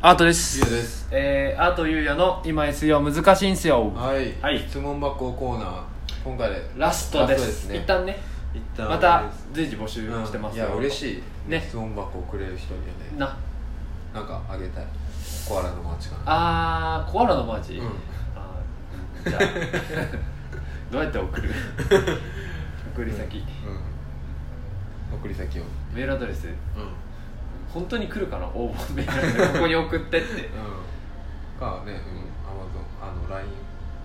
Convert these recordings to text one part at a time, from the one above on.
アートですゆうですえー、アートゆうやの今 SEO 難しいんすよはい、はい質問箱コーナー今回でラストですラストですね一旦ね一旦また随時募集してますいや嬉しい、ね質問箱をくれる人にはねななんかあげたいコアラのマーチかなあーコアラのマーチ、うんあーじ ゃあどうやって送る送り先、うん送り先をメールアドレスうん、うん、本当に来るかな応募メールアドレスここに送ってってかねうんアマゾンあの LINE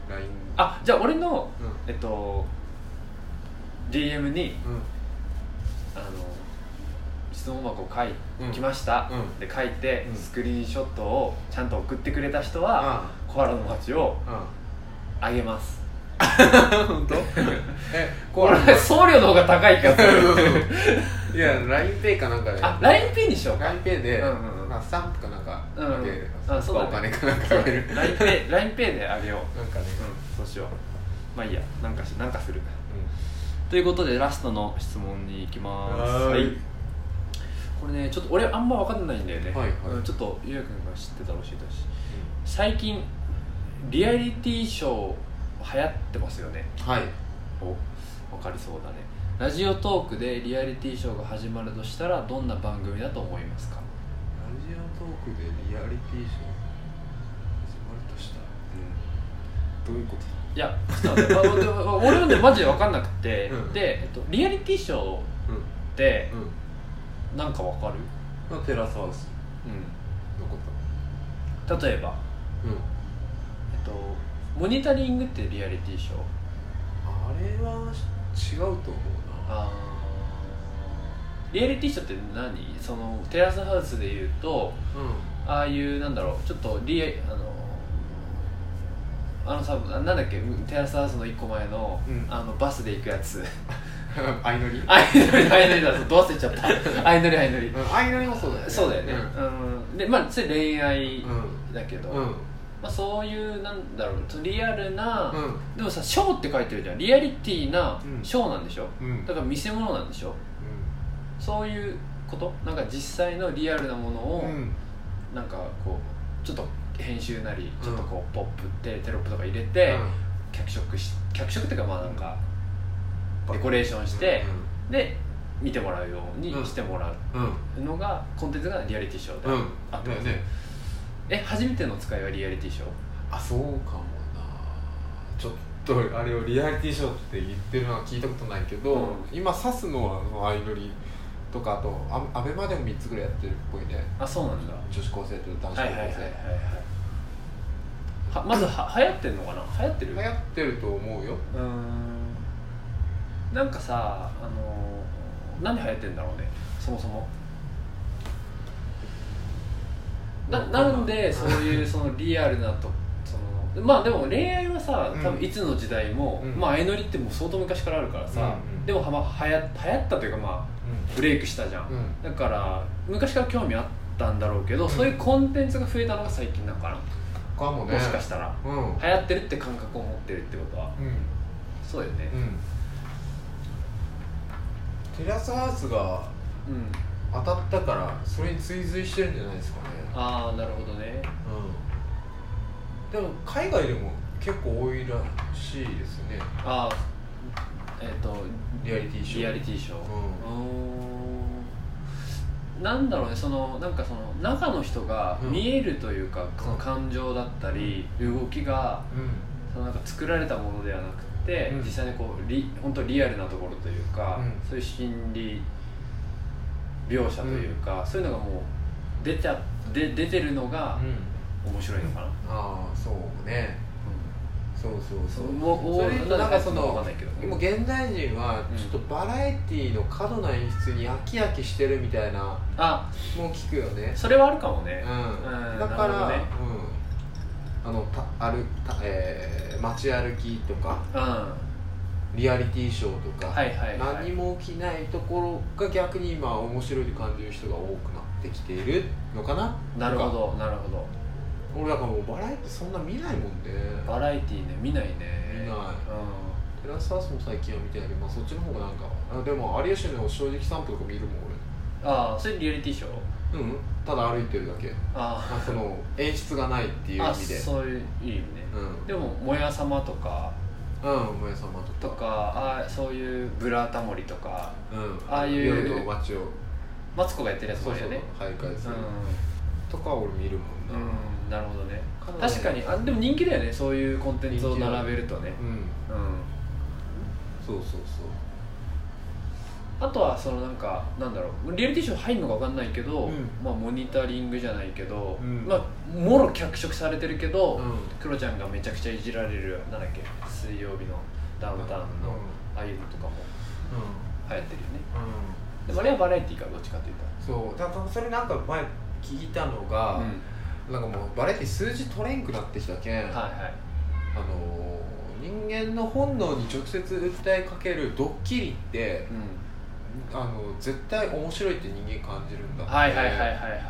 LINE あじゃあ俺のうんえっと DM にうあの質問箱を書いうん来ました、うんで書いて、うんスクリーンショットをちゃんと送ってくれた人は、あコアラの街をああげますあ本当 えコこアれラの 送料の方が高いからいや LINEPay かなんかであ LINEP にしようか LINEPay で、うんうんうんまあ、スタンプかなんかうんうんあげる、あそうだねお金かなんかあげる LINEPay LINEPay であげようなんかね、うんそうしようまあいいやなんかしなんかするということでラストの質問に行きますはーいこれねちょっと俺あんま分かんないんだよね、はいはいうんちょっとゆうやくんが知ってたら教えたし最近リアリティショー流行ってますよねはいお分かりそうだねラジオトークでリアリティショーが始まるとしたらどんな番組だと思いますかラジオトークでリアリティショー始まるとしたらどういうこといやちょっと待ってまあでも俺 もねマジで分かんなくて、うんで、えっと、リアリティショーっうんてうんなんか分かる、まあテラスハウスうのこん、例えば、とうんえっと、モニタリングってリアリティショーあれは違うと思うなあーリアリティショーって何そのテラスハウスでいうとうああいうなんだろうちょっとリアあのあのさななんだっけテラスハウスの1個前の,、うんあのバスで行くやつ ん 相乗りアイドルアイドルだぞどうせちゃ ったアイドルアイドルうん相乗りもそうだよねそうだよね、うんでまあそれ恋愛うんだけど、うんまあ、そういうなんだろうリアルな、うんでもさショーって書いてるじゃんリアリティなうんショーなんでしょ、うんだから見せ物なんでしょそういうことなんか実際のリアルなものを、うんなんかこうちょっと編集なりうんちょっとこうポップってテロップとか入れて、うん脚色し脚色っていうかまあなんかデコレーションして、で見てもらうようにしてもらうんうんうのが、コンテンツがリアリティショーで、うんあだよねえ初めての使いはリアリティショーあそうかもなちょっとあれをリアリティショーって言ってるのは聞いたことないけど、うん今指すのはあの相乗りとかあとあアベマでも3つぐらいやってるっぽいねあそうなんだ女子高生と男子高はいはい生、はいはいはいはまずは流行ってんのかな流行ってる流行ってると思うようーんなんかさあのーなんで流行ってんだろうねそもそもななんでそういうそのリアルなとそのまあでも恋愛はさ多う分んいつの時代も、うんまあ相乗りってもう相当昔からあるからさ、うんうんでもは、まあ、流行流行ったというかまあブレイクしたじゃん、うん、うん、だから昔から興味あったんだろうけど、うんそういうコンテンツが増えたのが最近なのかな、かもねもしかしたらうんうん流行ってるって感覚を持ってるってことはそうだよねうんテラスハウスがうん、当たったからそれに追随してるんじゃないですかねああなるほどねうんでも海外でも結構多いらしいですねああえっ、とリアリティショーリアリティショーううーんなんだろうねそのなんかその中の人がうん見えるというか、その感情だったり動きがうそのなんか作られたものではなくて、うん実際にこうリ本当リアルなところというか、うんそういう心理描写というか、そういうのがもう出ちゃで出てるのがん、面白いのかな、ああそうねそうそうそうもうそれとなんかそわかんのないけどもう現代人はうんちょっとバラエティの過度な演出に飽き飽きしてるみたいなあもう聞くよねそれはあるかもうねん、うんだかなるほら、どねうんあのた歩た、えー街歩きとかうん、リアリティショーとか、はいはいはい何も起きないところが逆に今面白いと感じる人が多くなってきているのかななるほとかどなるほど俺だからもうバラエティそんな見ないもんねバラエティーね見ないね見なういんテラスハウスも最近は見てないけど、まあ、そっちの方がなんかあでも有吉の「正直散歩」とか見るもん俺ああそれリアリティショーうんただ歩いてるだけまああその演出がないっていう意あ味でそういう意味ね、うんでも「もやさま」とかうんお前様ととかかああそういう「ブラタモリ」とかうんああいう夜の街をマツコがやってるやつもあるよねそうそう徘徊すうる、とかは俺見るもんん、なうん、なるほどねかなり確かにあでも人気だよねそういうコンテンツを並べるとねうん、うんそうそうそうあとはそのなんかなんだろうリアリティショー入るのか分かんないけど、うんまあ、モニタリングじゃないけど、うんまあ、もろ脚色されてるけど、うんクロちゃんがめちゃくちゃいじられるなんだっけ水曜日のダウンタウンの、うんああいうのとかも流行ってるよねうでもあれはバラエティーかどっちかというとんそうだからそれなんか前聞いたのが、うんなんかもうバレエティ数字取れんくなってきたけん、はいはいあのー人間の本能に直接訴えかけるドッキリってうんあの絶対面白いって人間感じるんだってはいはいはいはいは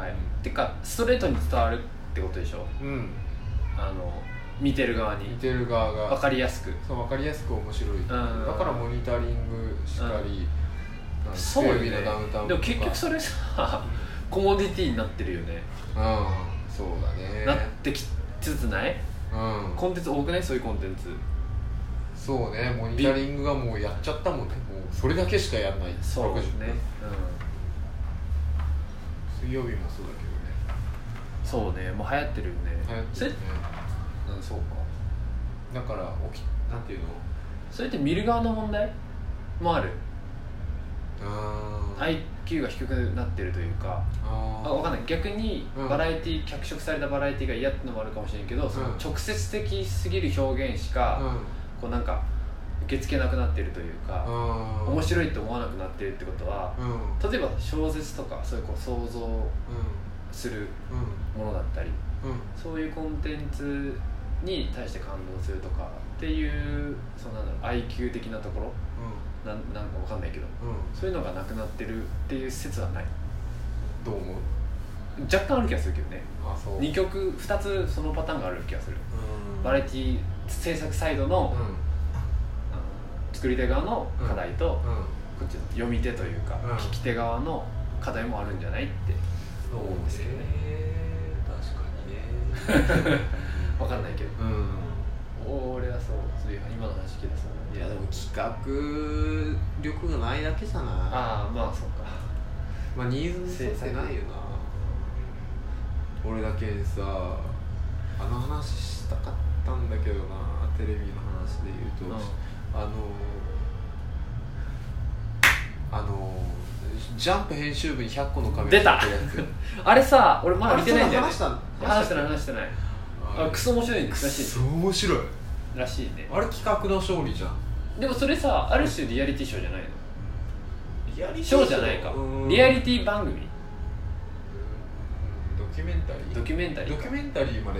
い、てかストレートに伝わるってことでしょうんあの見てる側見にてる側が分かりやすくそう分かりやすく面白い、だからモニタリングしかり、なんかそうよテねレビのダウンタウンでともか結局それさコモディティになってるよね、うんそうだねなってきつつないうんコンテンツ多くないそういうコンテンツそうねモニタリングがもうやっちゃったもんねもうそれだけしかやんないそうです60ね分、水曜日もそうだけうん、そうねもう流行ってるよねどね流行ってそれるねうんそうかだから起きなんていうのそれって見る側の問題もあるあー IQ が低くなってるというかああ分かんない逆にうんバラエティ脚色されたバラエティが嫌ってのもあるかもしれんけど、そのうん直接的すぎる表現しか、うんこうなんか受け付けなくなってるというか、あー面白いと思わなくなってるってことは、うんうん例えば小説とかそういうこう想像するものだったりうんうんそういうコンテンツに対して感動するとかっていうそのなんだろう IQ 的なところなんなんかわかんないけどうんうんそういうのがなくなってるっていう説はないどう思う若干ある気がするけどねあそう2曲2つそのパターンがある気がするバラエティ制作サイドうのん、あの作り手側の課題と、うこんっちの読み手というか、うん聞き手側の課題もあるんじゃないって思うんですけどね確かにねわかんないけどうん俺はそうそういう今の話聞いてそういやでも企画力がないだけじゃないああまあそうかまあニーズに沿ってないよな俺だけさあの話したかったんだけどなテレビの話で言うと、うんあのあのジャンプ編集部に100個のカメラ入ってるやあれさ俺 つまだ見てないんだよあねれそんな話話ししてたない話話してないあクソ面白いらクしソ面白いいらしいねあれ企画の勝利じゃんでもそれさある種リアリティショーじゃないのリアリショーじゃないかリアリティ番組ドキュメンタリードキュメンタリドーキかュメンタリーまで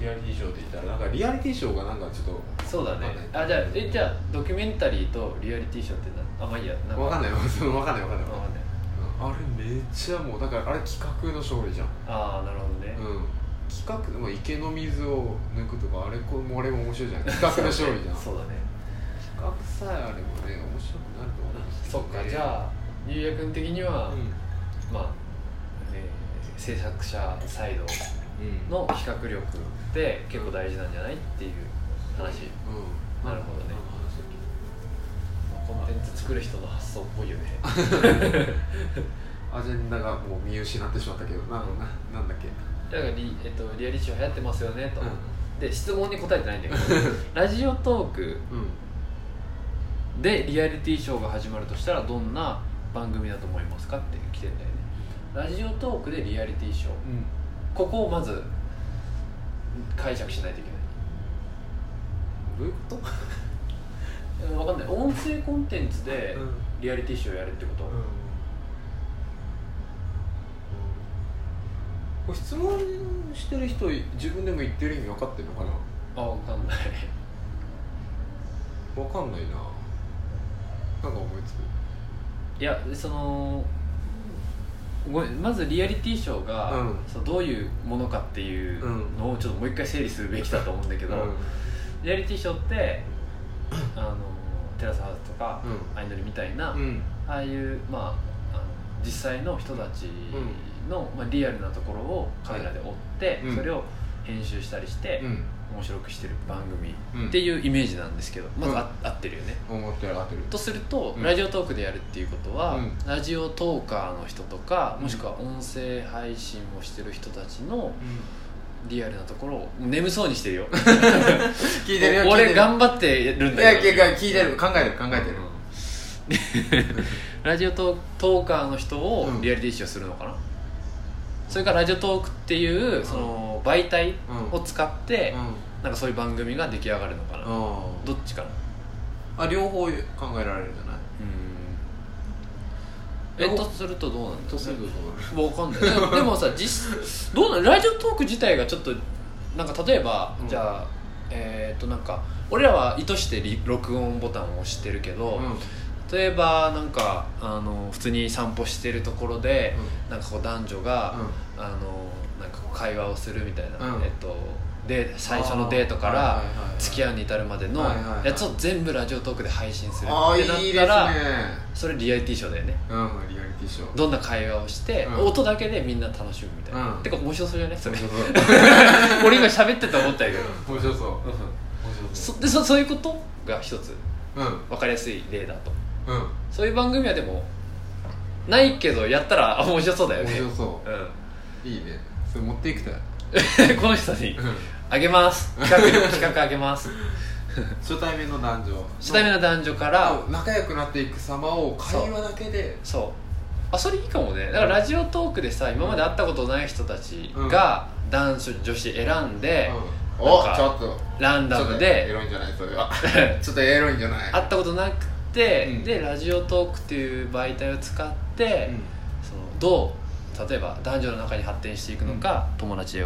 リアリティショーって言ったらなんかリアリティショーがなんかちょっそうだねわかんないあじゃあえじゃあドキュメンタリーとリアリティショーってなあまあいいやなんとかわかんない わそのわかんないわかんないわかんないあれめっちゃもうだからあれ企画の勝利じゃんああなるほどね、うん企画でも池の水を抜くとかあれこれもあれも面白いじゃん企画の勝利じゃんそうだね企画さえあれもね面白くなると思うんですけそどっねかじゃあゆうやくん的には、うんまあ、えー制作者サイドうんの比較力って結構大事なんじゃないっていう話うんなるほどねコンテンツ作る人の発想っぽいよ ねアジェンダがもう見失ってしまったけどなななんだっけだからリ,、えっとリアリティショー流行ってますよねと、うで質問に答えてないんだけど ラジオトークうんでリアリティショーが始まるとしたらどんな番組だと思いますかって来てんだよねラジオトークでリアリティショーうんここをまず解釈しないといけないどういうことうんわかんない音声コンテンツでうんリアリティショーやるってこと、うんこれ質問してる人自分でも言ってる意味分かってるのかなあわかんない分かんないななんか思いつくいやそのごめんまずリアリティショーが、うんそのどういうものかっていうのをちょっともう一回整理するべきだと思うんだけけど、うんリアリティショーってあのテラスハウスとか、うアイドルみたいな、んああいうまああの実際の人たちの、まあ、リアルなところをカメラで追って、うんそれを編集したりして、うん面白くしてる番組うんっていうイメージなんですけどまずあ、合ってるよね思ってる合ってるとすると、うんラジオトークでやるっていうことは、うんラジオトーカーの人とかうんもしくは音声配信をしてる人たちのリアルなところを眠そうにしてるよ 聞いてるよ俺が頑ん張ってるんいだやけどいや聞いてる考えてる考えてるうん ラジオトートーカーの人をうんリアリティショーするのかな、それからラジオトークっていうその媒体を使ってうんなんかそういう番組が出来上がるのかな、あどっちかなあ両方考えられるんじゃないえっとするとどうなんだとろするうとねそうなるわかんないでもでもさ実どうなんラジオトーク自体がちょっとなんか例えば、うんじゃあえーっとなんか俺らは意図してリ録音ボタンを押してるけど、うん例えばなんかあの普通に散歩してるところで、なんかこう男女が、あのなんかこう会話をするみたいな、うんえっと、で最初のデートから付き合うに至るまでのはいはいはいやつを全部ラジオトークで配信するああってなっいいたですねらそれリアリティショーだよねうんリアリティショーどんな会話をして、うん音だけでみんな楽しむみたいな、うんてか面白そうじゃないそれ面白そう 俺今喋ってて思ったけど面白そう面白そそでそそういうことが一つううん分かりやすい例だとうんそういう番組はでもないけどやったらあ面白そうだよ面ね白そうういいねそれ持っていくとやん この人にうんあげます企画企画あげます初対面の男女初対面の男女から、仲良くなっていく様を会話だけでそうあそれいいかもねだからラジオトークでさ今まで会ったことない人たちが男子女子選んで、うんおなんかちょっとランちダょっムとエでロいんじゃないそ れはちょっとエロいんじゃない会ったことなくて、うんでラジオトークっていう媒体を使って、うんそのどう例えば男女の中に発展していくのか、友達